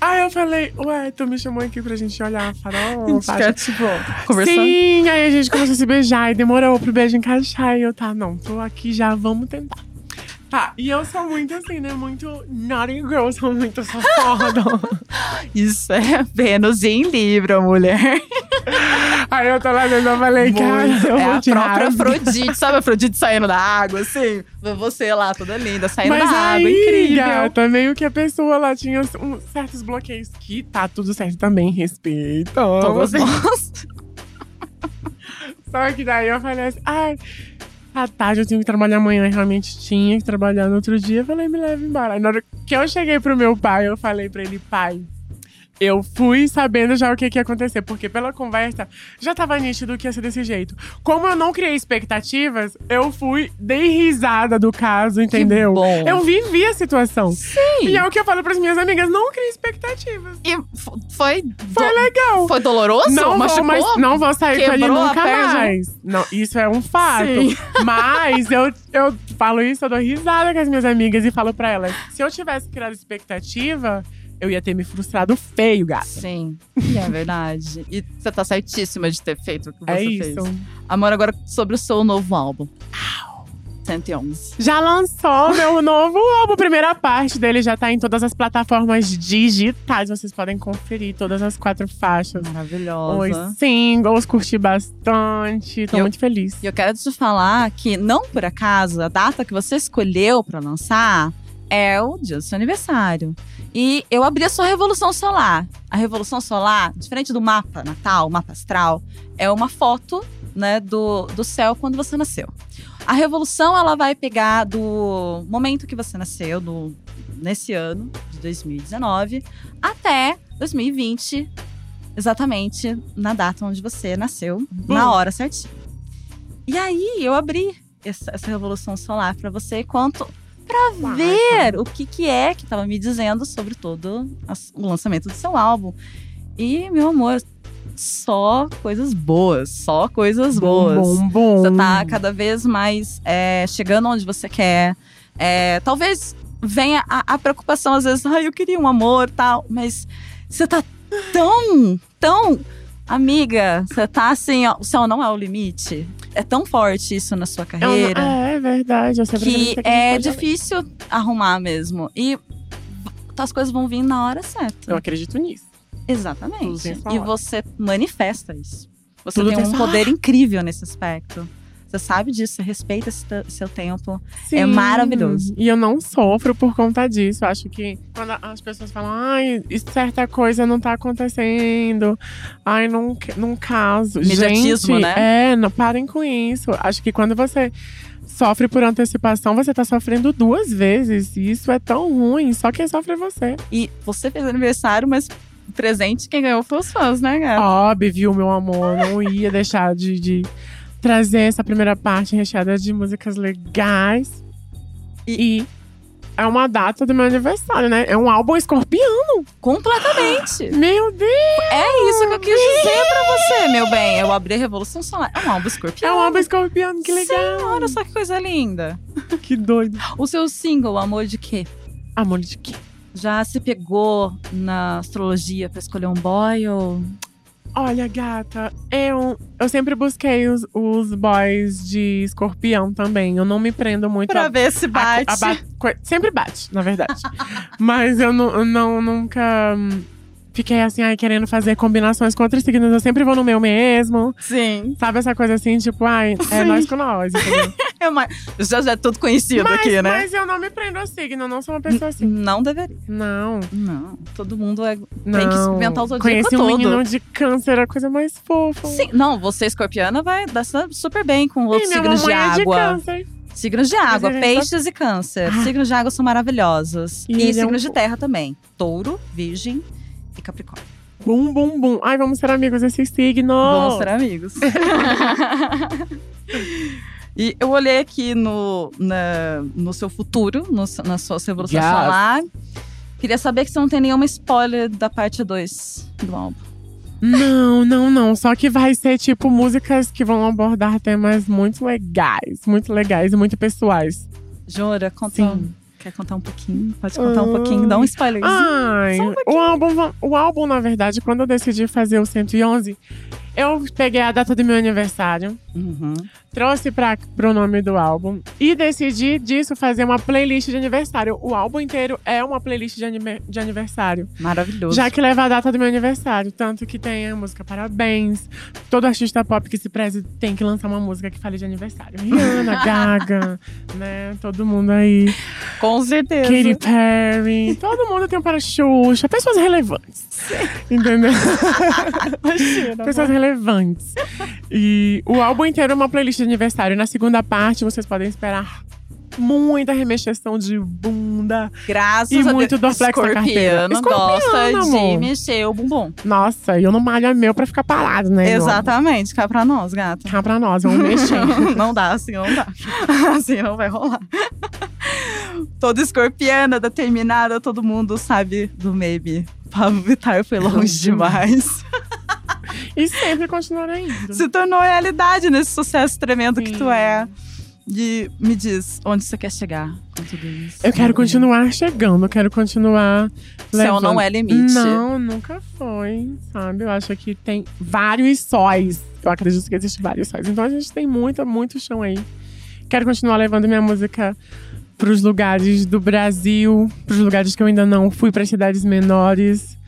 [SPEAKER 2] Aí eu falei, ué, tu me chamou aqui pra gente olhar a farofa.
[SPEAKER 1] Ficar, tipo, conversando.
[SPEAKER 2] Sim, aí a gente começou a se beijar e demorou pro beijo encaixar. E eu, tá, não, tô aqui já, vamos tentar. Tá, e eu sou muito assim, né? Muito naughty girl, sou muito safada.
[SPEAKER 1] Isso é Vênus em Libra, mulher.
[SPEAKER 2] aí eu tô lá dentro, eu falei, cara, eu
[SPEAKER 1] é
[SPEAKER 2] vou
[SPEAKER 1] a
[SPEAKER 2] tirar
[SPEAKER 1] própria
[SPEAKER 2] as
[SPEAKER 1] Afrodite. Sabe a Afrodite saindo da água, assim? Você lá, toda linda, saindo da
[SPEAKER 2] Mas aí,
[SPEAKER 1] água. é Incrível.
[SPEAKER 2] gata, meio que a pessoa lá tinha uns certos bloqueios que tá tudo certo também, respeito.
[SPEAKER 1] Todas nós.
[SPEAKER 2] Só que daí eu falei assim, ai, à tarde eu tenho que trabalhar amanhã, eu realmente tinha que trabalhar no outro dia. Eu falei, me leva embora. Aí na hora que eu cheguei pro meu pai, eu falei pra ele, pai. Eu fui sabendo já o que, que ia acontecer, porque pela conversa já tava nítido que ia ser desse jeito. Como eu não criei expectativas, eu fui, dei risada do caso, entendeu?
[SPEAKER 1] bom.
[SPEAKER 2] Eu vivi a situação.
[SPEAKER 1] Sim.
[SPEAKER 2] E é o que eu falo pras minhas amigas, não crie expectativas.
[SPEAKER 1] E f- foi.
[SPEAKER 2] Foi
[SPEAKER 1] do-
[SPEAKER 2] legal.
[SPEAKER 1] Foi doloroso?
[SPEAKER 2] Não
[SPEAKER 1] Machucou?
[SPEAKER 2] vou, mais, não vou sair com ele
[SPEAKER 1] Quebrou a
[SPEAKER 2] nunca
[SPEAKER 1] perna?
[SPEAKER 2] mais. Não, isso é um fato.
[SPEAKER 1] Sim.
[SPEAKER 2] Mas eu, eu falo isso, eu dou risada com as minhas amigas e falo pra elas. Se eu tivesse criado expectativa, eu ia ter me frustrado feio, gata.
[SPEAKER 1] Sim, e é verdade. E você tá certíssima de ter feito o que você
[SPEAKER 2] É
[SPEAKER 1] fez.
[SPEAKER 2] isso.
[SPEAKER 1] Amor, agora sobre o seu novo álbum. 111.
[SPEAKER 2] Já lançou meu novo álbum. Primeira parte dele já tá em todas as plataformas digitais. Vocês podem conferir todas as quatro faixas. Os
[SPEAKER 1] Maravilhosa.
[SPEAKER 2] singles, curti bastante. Tô
[SPEAKER 1] Eu-
[SPEAKER 2] muito feliz.
[SPEAKER 1] E eu quero te falar que, não por acaso, a data que você escolheu pra lançar é o dia do seu aniversário. E eu abri a sua Revolução Solar. A Revolução Solar, diferente do mapa natal, o mapa astral, é uma foto né, do, do céu quando você nasceu. A Revolução, ela vai pegar do momento que você nasceu, do, nesse ano de 2019, até 2020, exatamente na data onde você nasceu, na hora certinha. E aí eu abri essa, essa revolução solar pra você quanto para
[SPEAKER 2] Uau,
[SPEAKER 1] ver o que que é que tava me dizendo sobre todo as- o lançamento do seu álbum. E meu amor, só coisas boas, só coisas boas.
[SPEAKER 2] Bom, bom.
[SPEAKER 1] Você tá cada vez mais é, chegando onde você quer. É, talvez venha a, a preocupação, às vezes, ah, eu queria um amor tal, mas você tá tão, tão. Amiga, você tá assim, ó, o céu não é o limite. É tão forte isso na sua
[SPEAKER 2] Eu não-
[SPEAKER 1] carreira
[SPEAKER 2] Ah, é verdade. Eu sempre
[SPEAKER 1] que
[SPEAKER 2] acredito a
[SPEAKER 1] é
[SPEAKER 2] gente pode
[SPEAKER 1] difícil arrumar mesmo. E v- as coisas vão vir na hora
[SPEAKER 2] além. Eu
[SPEAKER 1] certa.
[SPEAKER 2] acredito nisso. Tudo
[SPEAKER 1] Exatamente.
[SPEAKER 2] tem sua
[SPEAKER 1] E
[SPEAKER 2] hora.
[SPEAKER 1] você manifesta isso. Você
[SPEAKER 2] Tudo
[SPEAKER 1] tem
[SPEAKER 2] tem
[SPEAKER 1] um
[SPEAKER 2] sua
[SPEAKER 1] poder incrível nesse aspecto. Você sabe disso, você respeita esse te- seu tempo.
[SPEAKER 2] Sim.
[SPEAKER 1] É maravilhoso.
[SPEAKER 2] E eu não sofro por conta disso. Eu acho que quando as pessoas falam, ai, isso- certa coisa não tá acontecendo. Ai, num, ca- num caso.
[SPEAKER 1] Mediatismo,
[SPEAKER 2] Gente,
[SPEAKER 1] né?
[SPEAKER 2] É, não, parem com isso. Acho que quando você sofre por antecipação, você tá sofrendo duas vezes. E isso é tão ruim. Só quem sofre é você.
[SPEAKER 1] E você fez aniversário, mas o presente quem ganhou foi os fãs, né,
[SPEAKER 2] Ah.
[SPEAKER 1] cara?
[SPEAKER 2] Óbvio, viu, meu amor? Não ia deixar de, de trazer essa primeira parte recheada de músicas legais. E, é uma data do meu aniversário, né? É um álbum escorpião.
[SPEAKER 1] Completamente.
[SPEAKER 2] Meu Deus!
[SPEAKER 1] É isso que eu quis dizer pra você, meu bem. Eu abri a Revolução Solar. É um álbum escorpião.
[SPEAKER 2] É um álbum escorpião, que legal!
[SPEAKER 1] Sim, olha só que coisa linda.
[SPEAKER 2] Que doido.
[SPEAKER 1] O seu single, Amor de Quê?
[SPEAKER 2] Amor de quê?
[SPEAKER 1] Já se pegou na astrologia pra escolher um boy ou.
[SPEAKER 2] Olha, gata, eu, eu sempre busquei os, os boys de escorpião também. Eu não me prendo muito a
[SPEAKER 1] ver se
[SPEAKER 2] A- a ba- coi- sempre bate, na verdade. Mas eu não, eu não- nunca hum, fiquei assim, ai, querendo fazer combinações com outros signos. Eu sempre vou no meu mesmo.
[SPEAKER 1] Sim.
[SPEAKER 2] Sabe essa coisa assim, tipo, ai, é
[SPEAKER 1] Sim.
[SPEAKER 2] nós com nós. entendeu?
[SPEAKER 1] É uma... Já, já é tudo conhecido
[SPEAKER 2] mas,
[SPEAKER 1] aqui, né?
[SPEAKER 2] mas eu não me prendo ao signo, eu não sou uma pessoa assim.
[SPEAKER 1] Não deveria.
[SPEAKER 2] Não,
[SPEAKER 1] Não. Todo mundo é. Tem
[SPEAKER 2] não.
[SPEAKER 1] que experimentar o zodíaco
[SPEAKER 2] Conheci um
[SPEAKER 1] todo.
[SPEAKER 2] menino de câncer, a coisa mais fofa.
[SPEAKER 1] Sim. Não, você, escorpiana, vai dar su- super bem com
[SPEAKER 2] Ih,
[SPEAKER 1] outros
[SPEAKER 2] minha
[SPEAKER 1] signos de
[SPEAKER 2] mamãe é de
[SPEAKER 1] água.
[SPEAKER 2] câncer.
[SPEAKER 1] signos de água,
[SPEAKER 2] a gente tá-
[SPEAKER 1] peixes e câncer.
[SPEAKER 2] Ah.
[SPEAKER 1] Signos de água são maravilhosos.
[SPEAKER 2] E
[SPEAKER 1] E,
[SPEAKER 2] ele é
[SPEAKER 1] signos
[SPEAKER 2] um
[SPEAKER 1] de
[SPEAKER 2] fofo.
[SPEAKER 1] terra também. Touro, virgem e capricórnio.
[SPEAKER 2] Bum, bum, bum. Ai, vamos ser amigos desses signos.
[SPEAKER 1] Vamos ser amigos. e eu olhei aqui no, na- no seu futuro, no, na sua Revolução
[SPEAKER 2] Yes.
[SPEAKER 1] Solar. Queria saber que você não tem nenhuma spoiler da parte 2 do álbum.
[SPEAKER 2] Não, não, não. Só que vai ser tipo músicas que vão abordar temas muito legais, muito legais e muito pessoais.
[SPEAKER 1] Jura? Conta.
[SPEAKER 2] Sim.
[SPEAKER 1] Quer contar um pouquinho? Pode contar um pouquinho, dá um spoilerzinho.
[SPEAKER 2] Ai,
[SPEAKER 1] Só um pouquinho.
[SPEAKER 2] o álbum, o álbum, na verdade, quando eu decidi fazer o 111, eu peguei a data do meu aniversário,
[SPEAKER 1] Uhum.
[SPEAKER 2] trouxe para pro nome do álbum e decidi disso fazer uma playlist de aniversário. O álbum inteiro é uma playlist de, anime- de aniversário,
[SPEAKER 1] Maravilhoso.
[SPEAKER 2] já que leva a data do meu aniversário, tanto que tem a música Parabéns. Todo artista pop que se preze tem que lançar uma música que fale de aniversário. Rihanna, Gaga, né? Todo mundo aí.
[SPEAKER 1] Com certeza.
[SPEAKER 2] Katy Perry. Todo mundo tem um para Xuxa. Pessoas relevantes. Entendeu?
[SPEAKER 1] Imagina,
[SPEAKER 2] Pessoas relevantes. E o álbum inteiro é uma playlist de aniversário. E na segunda parte, vocês podem esperar muita remexação de bunda.
[SPEAKER 1] Graças
[SPEAKER 2] E
[SPEAKER 1] a
[SPEAKER 2] muito
[SPEAKER 1] Deus.
[SPEAKER 2] Dorflex na carteira.
[SPEAKER 1] Escorpiano gosta
[SPEAKER 2] Escorpiano,
[SPEAKER 1] de
[SPEAKER 2] amor.
[SPEAKER 1] mexer o bumbum.
[SPEAKER 2] Nossa, e eu não malho é meu pra ficar parado, né?
[SPEAKER 1] Exatamente, cá pra nós, gata.
[SPEAKER 2] Tá pra nós, vamos mexer.
[SPEAKER 1] não dá, assim não dá. Assim não vai rolar. Toda escorpiana, determinada, todo mundo sabe do meme. Pablo Vittar foi longe
[SPEAKER 2] Longe
[SPEAKER 1] demais.
[SPEAKER 2] E sempre continuará indo. né?
[SPEAKER 1] Se tornou realidade nesse sucesso tremendo que tu
[SPEAKER 2] Sim.
[SPEAKER 1] é. E me diz, onde você quer chegar com tudo isso?
[SPEAKER 2] Eu quero continuar chegando, eu quero continuar.
[SPEAKER 1] Céu
[SPEAKER 2] levando-
[SPEAKER 1] não é limite.
[SPEAKER 2] Não, nunca foi, sabe? Eu acho que tem vários sóis. Eu acredito que existe vários sóis. Então a gente tem muito, muito chão aí. Quero continuar levando minha música pros lugares do Brasil, pros lugares que eu ainda não fui, para cidades menores.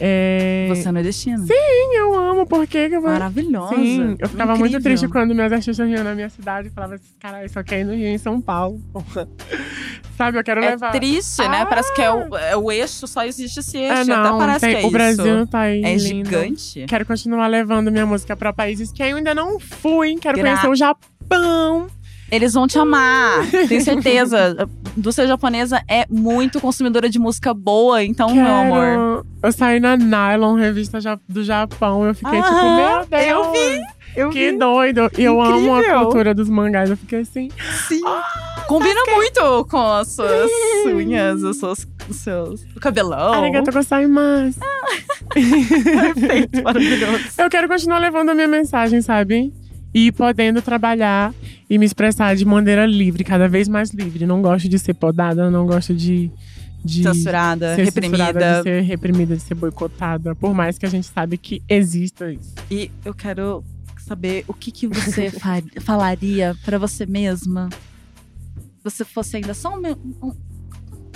[SPEAKER 2] É...
[SPEAKER 1] Você não é destino.
[SPEAKER 2] Sim, eu amo, porque que eu vou.
[SPEAKER 1] Maravilhosa.
[SPEAKER 2] Sim, eu ficava muito
[SPEAKER 1] incrível.
[SPEAKER 2] triste quando meus artistas vinham na minha cidade e falavam assim, caralho, só quer ir no Rio em São Paulo. porra." Sabe, eu quero
[SPEAKER 1] É
[SPEAKER 2] levar.
[SPEAKER 1] triste, né?
[SPEAKER 2] Ah!
[SPEAKER 1] Parece que é o, é o eixo, só existe esse eixo.
[SPEAKER 2] É, não,
[SPEAKER 1] Até parece
[SPEAKER 2] tem-
[SPEAKER 1] que é
[SPEAKER 2] o Brasil
[SPEAKER 1] isso.
[SPEAKER 2] tá aí.
[SPEAKER 1] É
[SPEAKER 2] lindo.
[SPEAKER 1] gigante.
[SPEAKER 2] Quero continuar levando minha música pra países que eu ainda não fui. Quero
[SPEAKER 1] Gra-
[SPEAKER 2] conhecer o Japão.
[SPEAKER 1] Eles vão te amar, tenho certeza. Você japonesa é muito consumidora de música boa, então,
[SPEAKER 2] Quero...
[SPEAKER 1] meu amor.
[SPEAKER 2] Eu saí na Nylon, revista ja- do Japão. Eu fiquei tipo,
[SPEAKER 1] Aham,
[SPEAKER 2] meu Deus.
[SPEAKER 1] eu vi, Eu
[SPEAKER 2] Que doido. E eu amo a
[SPEAKER 1] Incrível.
[SPEAKER 2] cultura dos mangás. Eu fiquei assim.
[SPEAKER 1] sim. Combina muito com as suas unhas, os seus, os seus o cabelão.
[SPEAKER 2] Arigato gozaimasu.
[SPEAKER 1] Perfeito, maravilhoso.
[SPEAKER 2] Eu quero continuar levando a minha mensagem, sabe? E podendo trabalhar e me expressar de maneira livre, cada vez mais livre. Não gosto de ser podada, não gosto de. de
[SPEAKER 1] Censurada,
[SPEAKER 2] ser censurada,
[SPEAKER 1] reprimida.
[SPEAKER 2] de ser reprimida, de ser boicotada. Por mais que a gente sabe que exista isso.
[SPEAKER 1] E eu quero saber o que, que você fa- falaria pra você mesma se você fosse ainda só um, me- um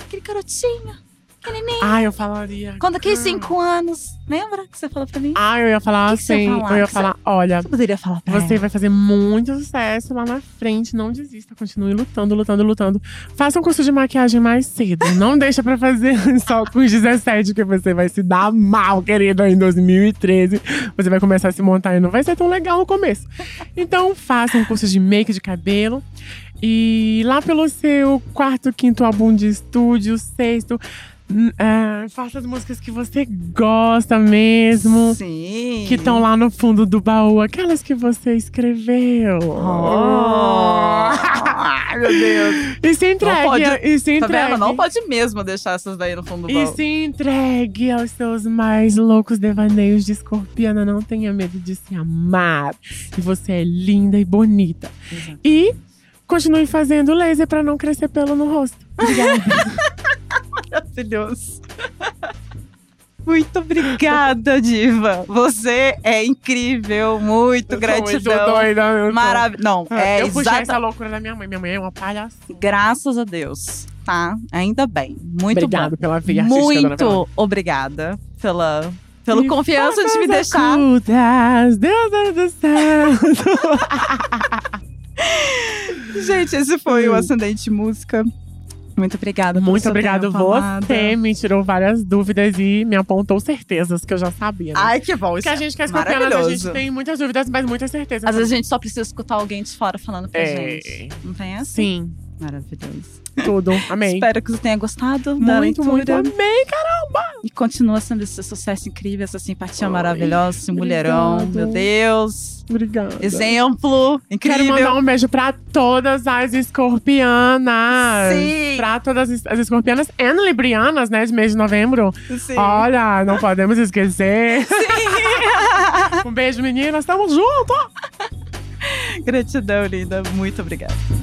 [SPEAKER 1] aquele garotinho.
[SPEAKER 2] Ah, eu falaria.
[SPEAKER 1] Quando eu quis
[SPEAKER 2] cara.
[SPEAKER 1] cinco anos, lembra que você falou pra mim?
[SPEAKER 2] Ah, eu ia falar
[SPEAKER 1] O que que você
[SPEAKER 2] assim.
[SPEAKER 1] ia falar?
[SPEAKER 2] Eu ia
[SPEAKER 1] Que você-
[SPEAKER 2] falar, olha.
[SPEAKER 1] Ah, Você poderia falar pra
[SPEAKER 2] Você vai fazer muito sucesso lá na frente. Não desista. Continue lutando, lutando, lutando. Faça um curso de maquiagem mais cedo. Não deixa pra fazer só com os 17, que você vai se dar mal, querida, em 2013. Você vai começar a se montar e não vai ser tão legal no começo. Então, faça um curso de make de cabelo. E lá pelo seu quarto, quinto álbum de estúdio, sexto. hum, ah, faça as músicas que você gosta mesmo
[SPEAKER 1] Sim.
[SPEAKER 2] que estão lá no fundo do baú, aquelas que você escreveu.
[SPEAKER 1] Oh. Ai, meu Deus.
[SPEAKER 2] E se entregue,
[SPEAKER 1] Não pode-
[SPEAKER 2] e se
[SPEAKER 1] Tá
[SPEAKER 2] entregue.
[SPEAKER 1] vendo? Não pode mesmo deixar essas daí no fundo do
[SPEAKER 2] e
[SPEAKER 1] baú.
[SPEAKER 2] se entregue aos seus mais loucos devaneios de escorpiana. Não tenha medo de se amar. E você é linda e bonita.
[SPEAKER 1] Exato.
[SPEAKER 2] E continue fazendo laser pra não crescer pelo no rosto. Obrigada.
[SPEAKER 1] Maravilhoso. Muito obrigada, Diva. Você é incrível. Muito
[SPEAKER 2] Eu tô
[SPEAKER 1] gratidão.
[SPEAKER 2] doida. eu tô- Ah,
[SPEAKER 1] Maravilhoso. Não, é
[SPEAKER 2] eu puxei
[SPEAKER 1] exata.
[SPEAKER 2] essa loucura da minha mãe. Minha mãe é uma palhaça.
[SPEAKER 1] Graças a Deus, tá? Ainda bem. Muito
[SPEAKER 2] Obrigado pela
[SPEAKER 1] bom.
[SPEAKER 2] via artística, dona Bela.
[SPEAKER 1] Muito obrigada pela, pela
[SPEAKER 2] E
[SPEAKER 1] confiança de me
[SPEAKER 2] Coisas
[SPEAKER 1] deixar
[SPEAKER 2] Ocultas, Deus é do céu.
[SPEAKER 1] Gente, esse foi o
[SPEAKER 2] Hum.
[SPEAKER 1] Ascendente Música. Muito obrigada. por
[SPEAKER 2] Muito
[SPEAKER 1] sua
[SPEAKER 2] obrigado
[SPEAKER 1] tempo,
[SPEAKER 2] você,
[SPEAKER 1] amada.
[SPEAKER 2] me tirou várias dúvidas e me apontou certezas que eu já sabia. Né?
[SPEAKER 1] Ai, que bom. Isso
[SPEAKER 2] Porque a gente que é escorpiana, a
[SPEAKER 1] maravilhoso.
[SPEAKER 2] gente tem muitas dúvidas, mas muitas certezas.
[SPEAKER 1] Às vezes a gente só precisa escutar alguém de fora falando pra
[SPEAKER 2] É.
[SPEAKER 1] gente. Não tem essa?
[SPEAKER 2] Sim,
[SPEAKER 1] Maravilhoso.
[SPEAKER 2] tudo. Amei.
[SPEAKER 1] Espero que você tenha gostado da
[SPEAKER 2] Muito, muito
[SPEAKER 1] leitura.
[SPEAKER 2] amei.
[SPEAKER 1] E continua sendo esse sucesso incrível, essa simpatia
[SPEAKER 2] Ai,
[SPEAKER 1] maravilhosa, esse mulherão.
[SPEAKER 2] obrigado.
[SPEAKER 1] Meu Deus.
[SPEAKER 2] Obrigada.
[SPEAKER 1] Exemplo
[SPEAKER 2] Quero mandar
[SPEAKER 1] é incrível.
[SPEAKER 2] um beijo pra todas as escorpianas.
[SPEAKER 1] Sim.
[SPEAKER 2] Pra todas as as escorpianas e librianas, né? De mês de novembro.
[SPEAKER 1] Sim.
[SPEAKER 2] Olha, não podemos esquecer. um beijo, meninas. Tamo junto.
[SPEAKER 1] Gratidão, linda. Muito obrigada.